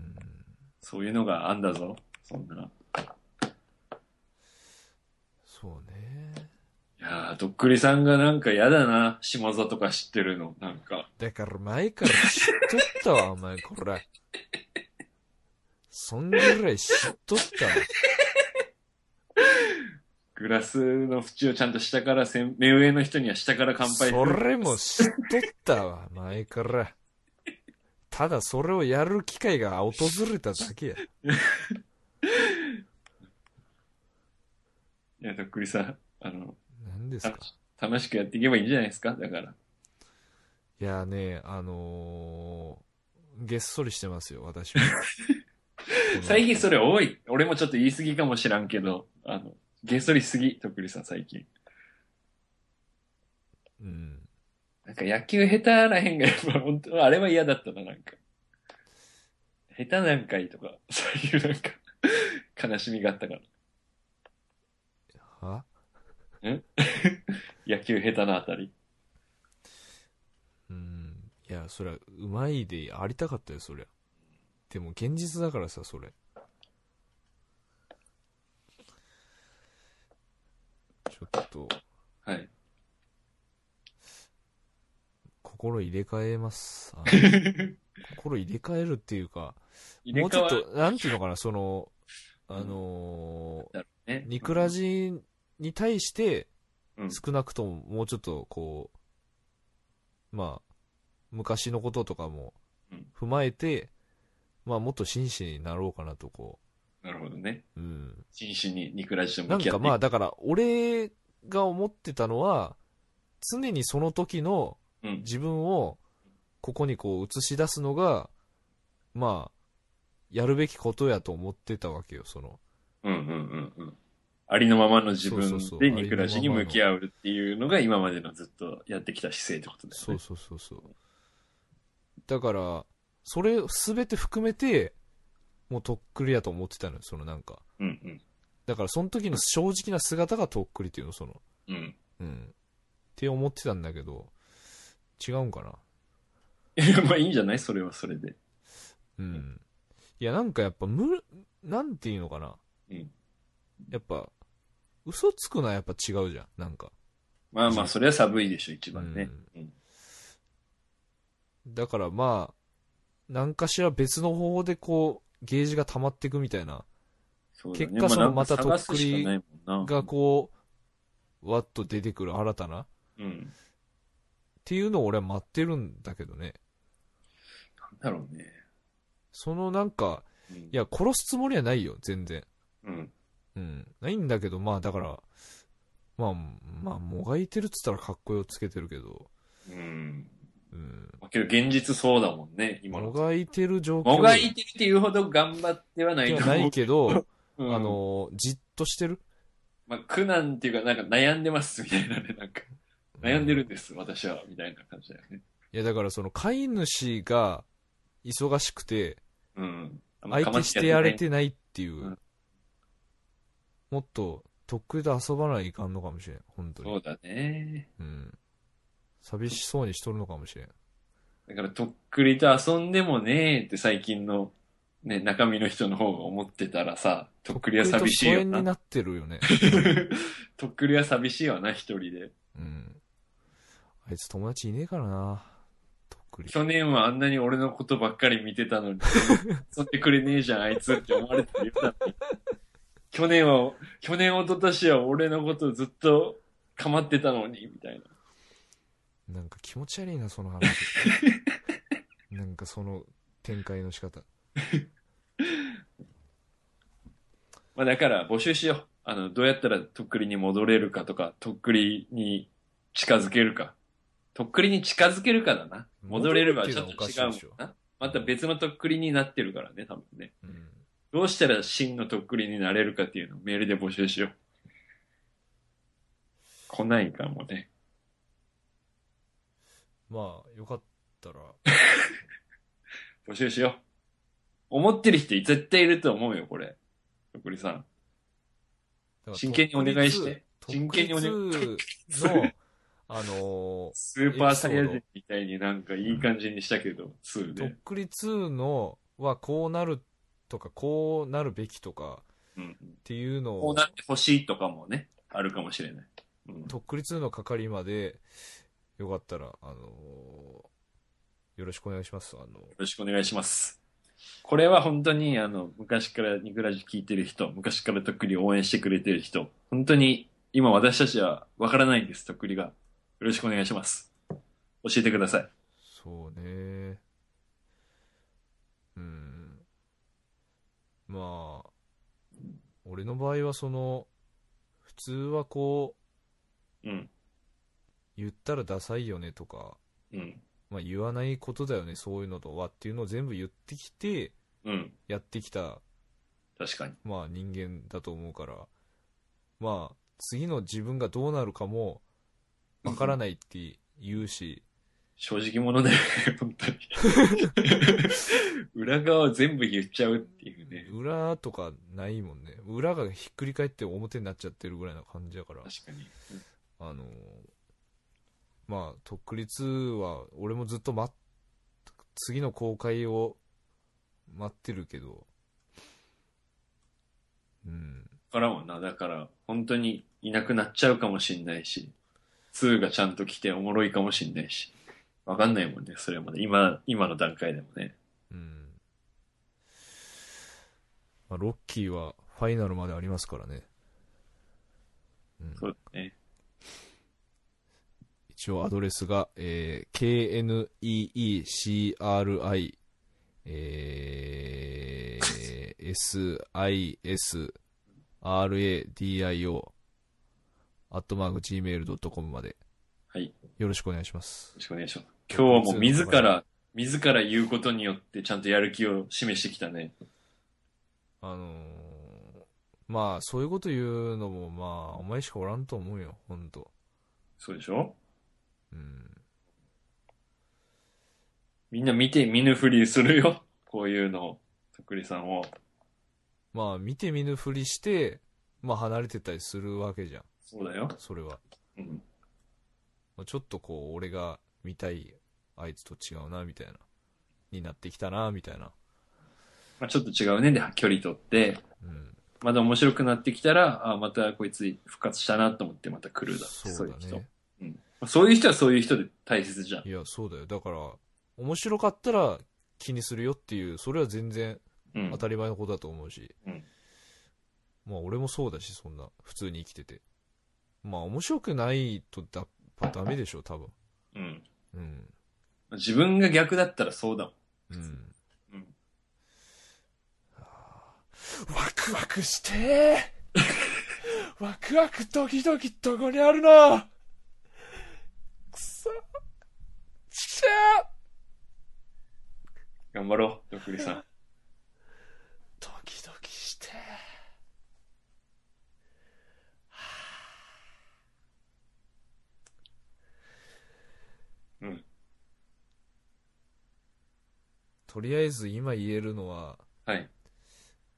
Speaker 1: うん。
Speaker 3: そういうのがあんだぞ。そんな。
Speaker 1: そうね。
Speaker 3: いやー、とっくりさんがなんか嫌だな。下座とか知ってるの。なんか。
Speaker 1: だから前から知っとった わ、お前、こら。そんぐらい知っとったわ。
Speaker 3: グラスの縁をちゃんと下からせん、目上の人には下から乾杯する
Speaker 1: それも知っとったわ、前から。ただそれをやる機会が訪れただけや。
Speaker 3: いや、とっくりさん、あの、
Speaker 1: 何ですか
Speaker 3: 楽しくやっていけばいいんじゃないですかだから。
Speaker 1: いやね、あのー、げっそりしてますよ、 私は。
Speaker 3: 最近そ
Speaker 1: れ。
Speaker 3: れ多い。俺もちょっと言い過ぎかもしらんけど、あの、げっそりしすぎ、とっくりさん最近。
Speaker 1: うん。
Speaker 3: なんか野球下手らへんがやっぱ本当はあれは嫌だったな、なんか。下手なんかいとか、そういうなんか、悲しみがあったから。
Speaker 1: は
Speaker 3: 野球下手なあたり。
Speaker 1: うん。いや、そりゃ、うまいでありたかったよ、そりゃ。でも、現実だからさ、それ。ちょっと、
Speaker 3: はい。
Speaker 1: 心入れ替えます。あの 心入れ替えるっていうか、
Speaker 3: 入れ
Speaker 1: もうち
Speaker 3: 替
Speaker 1: ょ
Speaker 3: わ
Speaker 1: っ
Speaker 3: る
Speaker 1: と、なんていうのかな、その、あのー
Speaker 3: ね。
Speaker 1: ニクラ
Speaker 3: ジ。
Speaker 1: ジに対して
Speaker 3: うん、
Speaker 1: 少なくとももうちょっとこう、まあ、昔のこととかも
Speaker 3: うん
Speaker 1: 踏まえて、まあもっと真摯になろうかなとこ
Speaker 3: なるほどね。
Speaker 1: う、うん。
Speaker 3: 真摯にニクラジと
Speaker 1: な
Speaker 3: 向
Speaker 1: ん
Speaker 3: き合
Speaker 1: か
Speaker 3: っていく。
Speaker 1: まあだから俺が思ってたのは、常にその時の
Speaker 3: うん。
Speaker 1: 自分をここにこう映し出すのが、まあ、やるべきことやと思ってたわけよ、その。
Speaker 3: うんうんうんうん。ありのままの自
Speaker 1: そ
Speaker 3: 分
Speaker 1: うそうそう
Speaker 3: でニクラジに向き合うっていうのが今までのずっとやってきた姿勢ってことだよね。
Speaker 1: そうそうそうそうだからそれ全て含めてもうとっくりやと思ってたのよそのなんか
Speaker 3: うんうん。
Speaker 1: だからその時の正直な姿がとっくりっていうのその
Speaker 3: うん。
Speaker 1: うんって思ってたんだけど違うんかない
Speaker 3: や、まあいいんじゃないそれはそれで。
Speaker 1: うんいやなんかやっぱむなんていうのかな
Speaker 3: うん。
Speaker 1: やっぱ嘘つくのはやっぱ違うじゃんなんか
Speaker 3: まあまあ、それは寒いでしょ、一番ね。うん。
Speaker 1: だからまあ、何かしら別の方法でこう、ゲージが溜まっていくみたいな、
Speaker 3: そうだね
Speaker 1: 結果そのまた
Speaker 3: あなんか探すしかないもんな
Speaker 1: がこう、わっと出てくる新たな、っ
Speaker 3: うん。
Speaker 1: ていうのを俺は待ってるんだけどね。
Speaker 3: なんだろうね。
Speaker 1: そのなんか、
Speaker 3: うん
Speaker 1: い、や、殺すつもりはないよ、全然。
Speaker 3: うん。
Speaker 1: うん。ないんだけど、まあだから、まあ、まあ、もがいてるっつったらかっこよつけてるけど、
Speaker 3: うん。
Speaker 1: うん。
Speaker 3: まあけど現実そうだもんね、今
Speaker 1: も
Speaker 3: の。
Speaker 1: がいてる状況
Speaker 3: もがいてるっていうほど頑張ってはな
Speaker 1: で
Speaker 3: いと
Speaker 1: は
Speaker 3: 思う。
Speaker 1: ないけど、
Speaker 3: うん
Speaker 1: あ、の、じっとしてる。
Speaker 3: まあ、苦難っていうか、なんか悩んでますみたいなね、なんか。悩んでるんです、私は、みたいな感じだよね。
Speaker 1: いや、だからその飼い主が忙しくて、
Speaker 3: うん。あんま、
Speaker 1: 相手してやれてないっていううんもっと得で遊ばないいかんのかもしれん、本当
Speaker 3: そ
Speaker 1: に。
Speaker 3: うだね。
Speaker 1: うん。寂しそうにしとるのかもしれん。
Speaker 3: だから、とっくりと遊んでもねえって最近の、ね、中身の人の方が思ってたらさ、とっくりは寂しい
Speaker 1: 疎
Speaker 3: よ
Speaker 1: 遠に
Speaker 3: な。
Speaker 1: なってるよね。
Speaker 3: とっくりは寂しいよな、一人で。
Speaker 1: うん。あいつ友達いねえからな。とっくり。
Speaker 3: 去年はあんなに俺のことばっかり見てたのに、遊んでくれねえじゃん、あいつって思われてるようだって。去年は、去年、一昨年は俺のことずっと構ってたのに、みたいな。
Speaker 1: なんか気持ち悪いな、その 話。なんかその展開の仕方。
Speaker 3: まあだから募集しよう。あの、どうやったらとっくりに戻れるかとか、とっくりに近づけるか。とっくりに近づけるかだな。戻れるはちょっと
Speaker 1: 戻るって
Speaker 3: 違
Speaker 1: いうのはお
Speaker 3: うも
Speaker 1: かしいで
Speaker 3: ん
Speaker 1: しょ
Speaker 3: な。また別のとっくりになってるからね、多分ね。
Speaker 1: うん。
Speaker 3: どうしたら真のとっくりになれるかっていうのをメールで募集しよう。来ないかもね。
Speaker 1: まあ、よかったら。
Speaker 3: 募集しよう。思ってる人絶対いると思うよ、これ。とっくりさん。真剣にお願いして。
Speaker 1: 真剣にお願いの、あのー
Speaker 3: スーパーサイヤ人みたいになんかいい感じにしたけど、2
Speaker 1: とっ
Speaker 3: で。
Speaker 1: くり2のはこうなるとか、こうなるべきとか
Speaker 3: うん
Speaker 1: っていうの
Speaker 3: こう
Speaker 1: を、
Speaker 3: なってほしいとかもね、あるかもしれない。うん、
Speaker 1: とっくり2の係まで、よかったら、あのーよろしくお願いします。あの
Speaker 3: よろしくお願いします。これは本当に、あの、昔からニクラジ聞いてる人、昔からとっくり応援してくれてる人、本当に今私たちはわからないんです、とっくりが。よろしくお願いします。教えてください。
Speaker 1: そうねうんまあ俺の場合はその普通はこ
Speaker 3: うん。
Speaker 1: う言ったらダサいよねとか、
Speaker 3: うん。
Speaker 1: まあ、言わないことだよねそういうのとはっていうのを全部言ってきて
Speaker 3: うん。
Speaker 1: やってきた、
Speaker 3: 確かに。
Speaker 1: まあ、人間だと思うからまあ次の自分がどうなるかもわからないって言うし、
Speaker 3: 正直者だよね、 本当に。裏側を全部言っちゃうっていうね。
Speaker 1: 裏とかないもんね裏がひっくり返って表になっちゃってるぐらいな感じだから
Speaker 3: 確かに。
Speaker 1: あのーまあとっくり2は俺もずっと待っ次の公開を待ってるけどうん
Speaker 3: からもな、だから、本当にいなくなっちゃうかもしんないし、2がちゃんと来ておもろいかもしんないし、わかんないもんね、それまで。今、今の段階でもね。
Speaker 1: うん、まあ、ロッキーはファイナルまでありますからね、うん、
Speaker 3: そうだね。
Speaker 1: 一応アドレスが、えー、KNEECRI、えー、SISRADIO、アットマーク Gmail.com まで
Speaker 3: はい。よ
Speaker 1: よろしくお願いします。
Speaker 3: ろしくお願いします。今日はもう自ら、自ら言うことによってちゃんとやる気を示してきたね。
Speaker 1: あのーまあ、そういうこと言うのも、まあ、お前しかおらんと思うよ、ほんと。
Speaker 3: そうでしょ
Speaker 1: うん。
Speaker 3: みんな見て見ぬふりするよ。こういうのを。とっくりさんを。
Speaker 1: まあ、見て見ぬふりして、まあ、離れてったりするわけじゃん、
Speaker 3: そうだよ。
Speaker 1: それは。
Speaker 3: うん。
Speaker 1: まあちょっとこう俺が見たいあいつと違うなみたいなになってきたなみたいな
Speaker 3: まあちょっと違うね。で、距離取って、
Speaker 1: うん
Speaker 3: まだ面白くなってきたら、あまたこいつ復活したなと思ってまた来るだって。
Speaker 1: そう
Speaker 3: い
Speaker 1: だ
Speaker 3: 人
Speaker 1: ね
Speaker 3: そういう人はそういう人で大切じゃん
Speaker 1: い。やそうだよだから面白かったら気にするよっていうそれは全然
Speaker 3: うん
Speaker 1: 当たり前のことだと思うし、
Speaker 3: うん
Speaker 1: まあ俺もそうだしそんな普通に生きててまあ面白くないとだやっぱダメでしょ多分
Speaker 3: うん。
Speaker 1: うん
Speaker 3: 自分が逆だったらそうだもん。
Speaker 1: うん
Speaker 3: うん
Speaker 1: ワクワクしてワクワクドキドキどこにあるのくそちくしょう
Speaker 3: 頑張ろう、どっくり さん。
Speaker 1: ドキドキして
Speaker 3: うん
Speaker 1: とりあえず今言えるのは
Speaker 3: はい。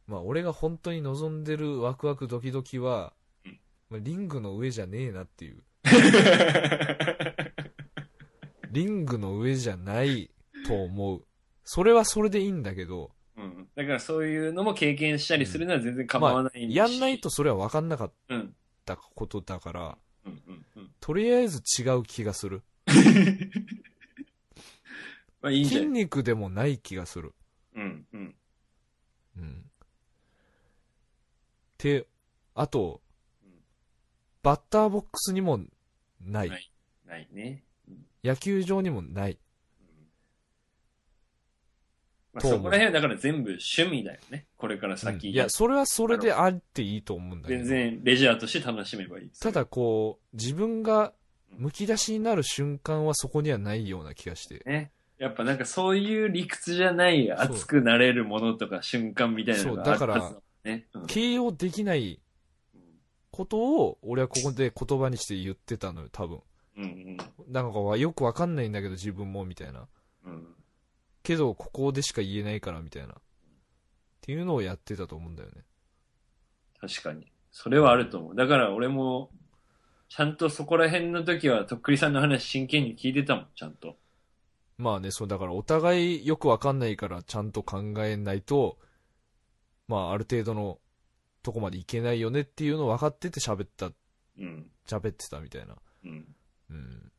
Speaker 1: まあ俺が本当に望んでるワクワクドキドキは
Speaker 3: うん、
Speaker 1: まあ、リングの上じゃねえなっていうリングの上じゃないと思うそれはそれでいいんだけど
Speaker 3: うん。だからそういうのも経験したりするのは全然構わないし、
Speaker 1: やんない。とそれは分かんなかっ
Speaker 3: うん。
Speaker 1: たことだから
Speaker 3: うんうんうん。
Speaker 1: とりあえず違う気がする
Speaker 3: まあいいんじゃ
Speaker 1: 筋
Speaker 3: ない
Speaker 1: 肉でもない気がする
Speaker 3: うんうん。
Speaker 1: うんてあと
Speaker 3: うん
Speaker 1: バッターボックスにもない、
Speaker 3: ないないね。
Speaker 1: 野球場にもない
Speaker 3: うんまあ、
Speaker 1: と
Speaker 3: そ
Speaker 1: 思う
Speaker 3: こら辺はだから全部趣味だよね。これか
Speaker 1: う
Speaker 3: ら
Speaker 1: ん
Speaker 3: 先。
Speaker 1: いやそれはそれであっていいと思うんだけど
Speaker 3: 全然レジャーとして楽しめばいい。
Speaker 1: ただこう自分がむき出しになる瞬間はそこにはないような気がして
Speaker 3: ね。やっぱなんかそういう理屈じゃない熱くなれるものとか瞬間みたいなのがある
Speaker 1: そうだから
Speaker 3: はずだもんね。うん
Speaker 1: 形容できないことを俺はここで言葉にして言ってたのよ多分
Speaker 3: うんうん
Speaker 1: なんかはよくわかんないんだけど自分もみたいな
Speaker 3: うん
Speaker 1: けどここでしか言えないからみたいなっていうのをやってたと思うんだよね
Speaker 3: 確かに。それはあると思う。だから俺も、ちゃんとそこら辺の時は、とっくりさんの話真剣に聞いてたもん、ちゃんと。
Speaker 1: まあねそうだからお互いよくわかんないからちゃんと考えないとまあある程度のとこまでいけないよねっていうのを分かってて喋った
Speaker 3: うん。
Speaker 1: 喋ってたみたいな
Speaker 3: うん。
Speaker 1: うん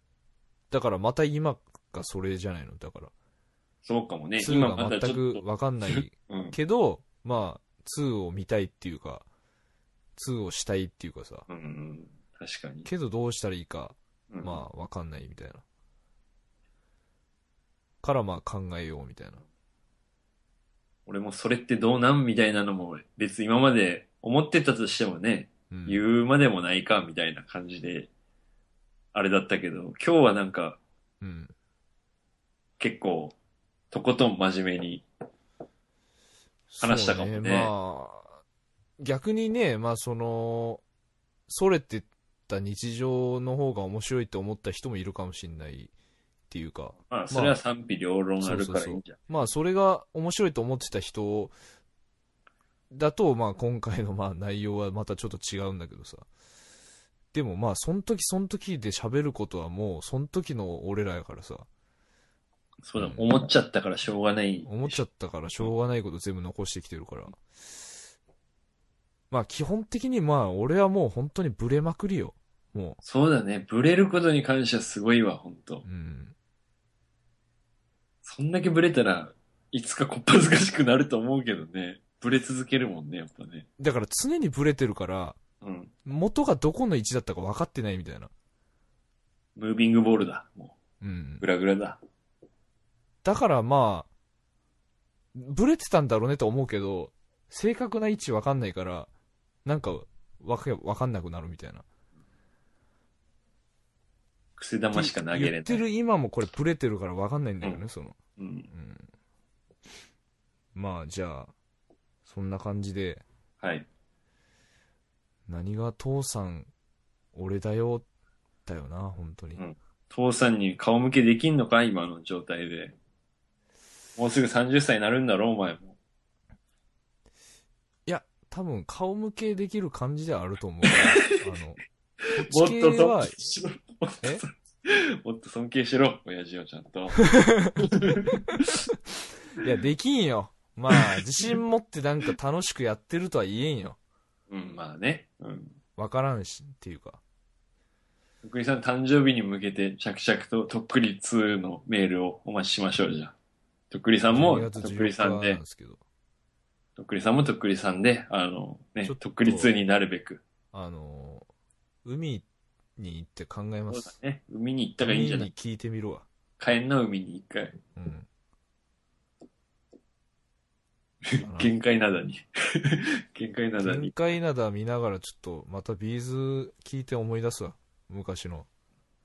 Speaker 1: だからまた今がそれじゃないのだから
Speaker 3: そうかもね。
Speaker 1: 2
Speaker 3: 今
Speaker 1: が
Speaker 3: まだち
Speaker 1: 全
Speaker 3: ょっ
Speaker 1: く
Speaker 3: と。
Speaker 1: 分かんない
Speaker 3: うん。
Speaker 1: けどまあ2を見たいっていうか2をしたいっていうかさ
Speaker 3: うんうん。確かに。
Speaker 1: けどどうしたらいいか
Speaker 3: うん
Speaker 1: まあ分かんないみたいなからまあ考えようみたいな
Speaker 3: 俺もそれってどうなんみたいなのも、別に今まで思ってたとしてもね、
Speaker 1: うん
Speaker 3: 言うまでもないか、みたいな感じで、あれだったけど、今日はなんか、
Speaker 1: うん
Speaker 3: 結構、とことん真面目に。話したかもね
Speaker 1: そうまあ逆にねまあそのそれてった日常の方が面白いって思った人もいるかもしれないっていうか
Speaker 3: まあ、それは賛否両論あるからいいんじゃん。
Speaker 1: まあそれが面白いと思ってた人だとまあ今回のまあ内容はまたちょっと違うんだけどさでもまあその時その時で喋ることはもうその時の俺らやからさ
Speaker 3: そうだ、
Speaker 1: うん
Speaker 3: 思っちゃったからしょうがない。
Speaker 1: 思っちゃったからしょうがないこと全部残してきてるからまあ基本的にまあ俺はもう本当にブレまくりよも
Speaker 3: そうだね。ブレることに関してはすごいわ、ほんと
Speaker 1: う。うん
Speaker 3: そんだけブレたら、いつかこっぱずかしくなると思うけどね。ブレ続けるもんね、やっぱね。
Speaker 1: だから常にブレてるから
Speaker 3: うん。
Speaker 1: 元がどこの位置だったか分かってないみたいな
Speaker 3: ムービングボールだ。も
Speaker 1: うん
Speaker 3: う、グラグラだ。
Speaker 1: だからまあ、ブレてたんだろうねと思うけど、正確な位置わかんないから、なんか、わけ、わかんなくなるみたいな。
Speaker 3: くせ玉しか投げれ
Speaker 1: 言
Speaker 3: な
Speaker 1: っ
Speaker 3: い。
Speaker 1: てる今もこれブレてるからわかんないんだよね、
Speaker 3: う
Speaker 1: その。
Speaker 3: うん。
Speaker 1: うん。まあ、じゃあ、そんな感じで、
Speaker 3: はい。
Speaker 1: 何が父さん、俺だよ、だよな、本当に。
Speaker 3: うん父さんに顔向けできんのか今の状態で。もうすぐ30歳になるんだろ、お前も。
Speaker 1: 多分、顔向けできる感じではあると 思う。あの、こ
Speaker 3: も
Speaker 1: っ
Speaker 3: っ
Speaker 1: ち
Speaker 3: と
Speaker 1: 系
Speaker 3: 尊
Speaker 1: は
Speaker 3: 敬しろ。もっと もっと尊敬しろ、親父をちゃんと。
Speaker 1: いや、できんよ。まあ、自信持ってなんか楽しくやってるとは言えんよ。
Speaker 3: うん、まあね。うん。
Speaker 1: わからんし、っていうか。
Speaker 3: とっくりさん誕生日に向けて着々ととっくり2のメールをお待ちしましょうじゃあとっくりさんも
Speaker 1: 12
Speaker 3: と
Speaker 1: 月
Speaker 3: っ
Speaker 1: 14
Speaker 3: くりさん
Speaker 1: 日な
Speaker 3: で
Speaker 1: んですけど
Speaker 3: とっくりさんもとっくりさんであのね
Speaker 1: ちょっと
Speaker 3: とっくり2になるべく
Speaker 1: あのー海に行って考えま
Speaker 3: そうだ
Speaker 1: す
Speaker 3: ね海に行ったらいいん
Speaker 1: 海
Speaker 3: じゃない
Speaker 1: に聞いてみろわ
Speaker 3: 帰んな海に一回
Speaker 1: うんあ
Speaker 3: 限界灘に 限界灘
Speaker 1: の
Speaker 3: に
Speaker 1: 限界灘見ながらちょっとまたビーズ聞いて思い出すわ昔の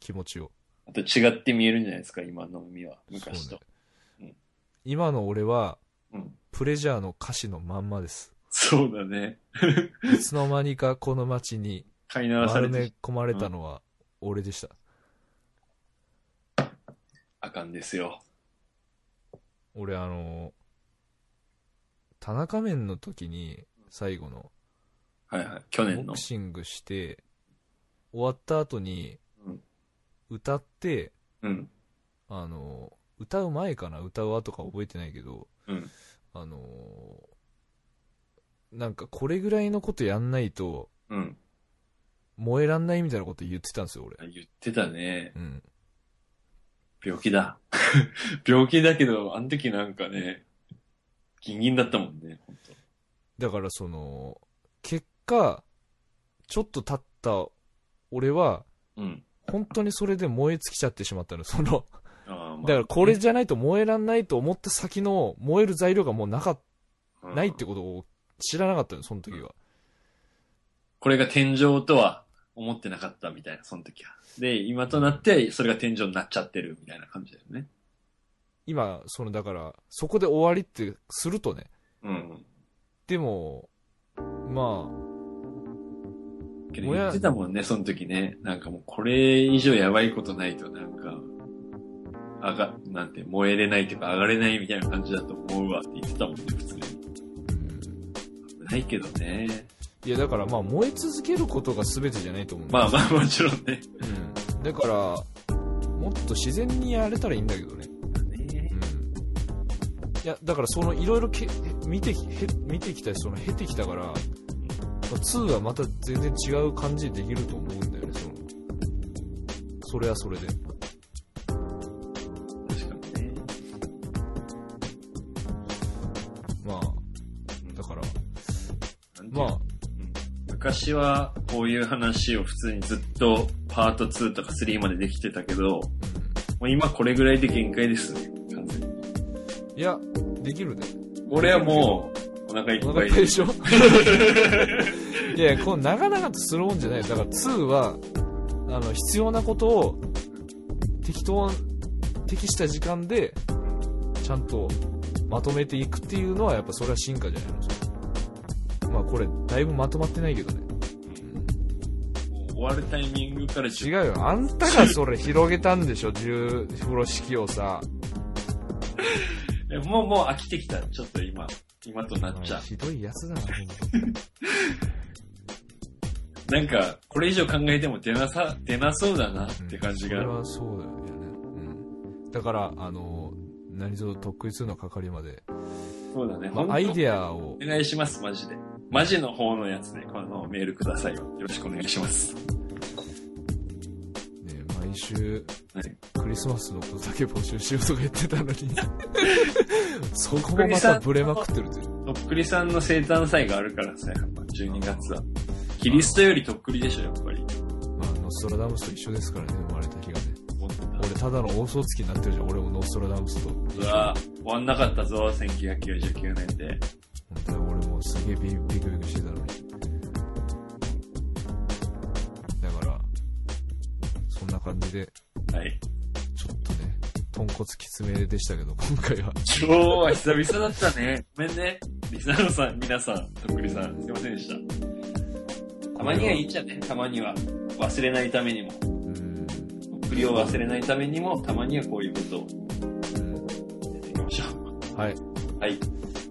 Speaker 1: 気持ちを
Speaker 3: あと違って見えるんじゃないですか今の海は昔と
Speaker 1: そうね
Speaker 3: うん
Speaker 1: 今の俺は
Speaker 3: うん
Speaker 1: プレジャーの歌詞のまんま です
Speaker 3: そうだね
Speaker 1: いつの間にかこの街に
Speaker 3: 飼いならされ
Speaker 1: 丸
Speaker 3: て
Speaker 1: め込まれたのは俺でした、
Speaker 3: あかんですよ
Speaker 1: 俺あの田中面の時に最後の
Speaker 3: はいはい去年
Speaker 1: ボ
Speaker 3: の
Speaker 1: クシングして終わった後に
Speaker 3: うん
Speaker 1: 歌って
Speaker 3: うん
Speaker 1: あの歌う前かな歌う後か覚えてないけど
Speaker 3: うん
Speaker 1: あのなんかこれぐらいのことやんないと
Speaker 3: うん
Speaker 1: 燃えらんないみたいなこと言ってたんですよ俺
Speaker 3: 言ってたね
Speaker 1: うん
Speaker 3: 病気だ。 病気だけど、あの時なんかね、ギンギンだったもんね、本
Speaker 1: だからその結果ちょっと経った俺は
Speaker 3: 当。うん。
Speaker 1: 本当にそれで燃え尽きちゃってしまったのその
Speaker 3: ああ、ま
Speaker 1: だからこれじゃないと燃えらんないと思った先の燃える材料がもうなかっ
Speaker 3: あ、
Speaker 1: ないって
Speaker 3: うん
Speaker 1: ことを知らなかったのその時は
Speaker 3: これが天井とは思ってなかったみたいな、その時は。で、今となって、それが天井になっちゃってるみたいな感じだよね。
Speaker 1: 今そのだからそこで終わりってするとね
Speaker 3: うん。
Speaker 1: でもま
Speaker 3: けど言ってたもんね、その時ね。なんかもう、これ以上やばいことないと、なんか、上が、なんて、燃えれないというか、上がれないみたいな感じだと思うわって言ってたもんね、普通に。危ないけどね。
Speaker 1: あいやだからまあ燃え続けることが全てじゃないと思うんだ
Speaker 3: まあまあ、もちろんね。
Speaker 1: うん、だからもっと自然にやれたらいいんだけどね
Speaker 3: ね
Speaker 1: うんいやだからそのいろいろけ見てきへ見てきたしその経てきたから、まあ2はまた全然違う感じでできると思うんだよねそのそれはそれで
Speaker 3: 確かにね。
Speaker 1: まあだからま
Speaker 3: まあ
Speaker 1: あ、
Speaker 3: 昔はこういう話を普通にずっとパート2とか3までできてたけど、もう今これぐらいで限界ですね、完全に。
Speaker 1: うん、いやできるね
Speaker 3: 俺はもうお腹いっ
Speaker 1: お
Speaker 3: ぱ
Speaker 1: 腹い
Speaker 3: い
Speaker 1: っぱい
Speaker 3: で
Speaker 1: で。しょ いやいやこう長々とするもんじゃないだから2はあの必要なことを適当適した時間でちゃんとまとめていくっていうのはやっぱそれは進化じゃないのまあこれだいぶまとまってないけどね
Speaker 3: 終わるタイミングから
Speaker 1: 違う
Speaker 3: 10
Speaker 1: よあんたがそれ広げたんでしょ十風呂敷をさ
Speaker 3: えもうもう飽きてきた、ちょっと今。今となっちゃ
Speaker 1: ひどいやつだな
Speaker 3: う。なんか、これ以上考えても出なさ、出なそうだなって感じ
Speaker 1: それ
Speaker 3: が。
Speaker 1: はそうだよね、うん、だからあの何ぞとっくり2の係まで、
Speaker 3: そうだね。
Speaker 1: ま
Speaker 3: 本当
Speaker 1: あ、アイデアを
Speaker 3: お願いします、マジで。マジの方のやつね、このメールくださいよ。よろしくお願いします。
Speaker 1: ね、毎週
Speaker 3: はい
Speaker 1: クリスマスのことだけ募集しようとか言ってたの にそこ
Speaker 3: ク
Speaker 1: も
Speaker 3: リ
Speaker 1: ま
Speaker 3: スマ
Speaker 1: た
Speaker 3: ス
Speaker 1: ブレまくってるって
Speaker 3: とっくりさんの生誕祭があるからさ、やっぱ12月は。キリストよりとっくりでしょ、やっぱり。
Speaker 1: まあノストラダムスと一緒ですからね生まれた日がね
Speaker 3: 思って
Speaker 1: 俺ただの大嘘つきになってるじゃん俺もノストラダムスと
Speaker 3: たうわ終わんなかったぞ、1999年で。
Speaker 1: 本当に俺もすげえビビビクビクしてたのにだからそんな感じで
Speaker 3: はい。
Speaker 1: ちょっとね豚骨きつめでしたけど今回は
Speaker 3: 今日は久々だったね。ごめんね。リスナーのさん、皆さん、とっくりさん、すいませんでした。たまにはいいんじゃねたまには。忘れないためにも。と
Speaker 1: うんうん
Speaker 3: っくりを忘れないためにも、たまにはこういうことをやっていきましょう。
Speaker 1: はい
Speaker 3: はい。よ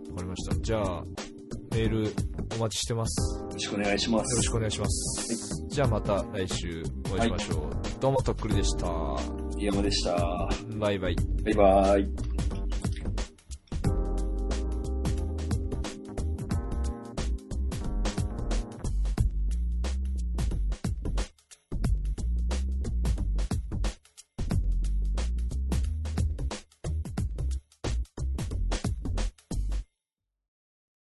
Speaker 1: わかりました。じゃあ、メールお待ちしてます。よ
Speaker 3: ろしくお願いしま
Speaker 1: ろし
Speaker 3: す。
Speaker 1: くお願いします。じゃあまた来週お会いしましょう。どうもとっくりでした。
Speaker 3: 山でした。
Speaker 1: バイバイ。
Speaker 3: バイバーイ。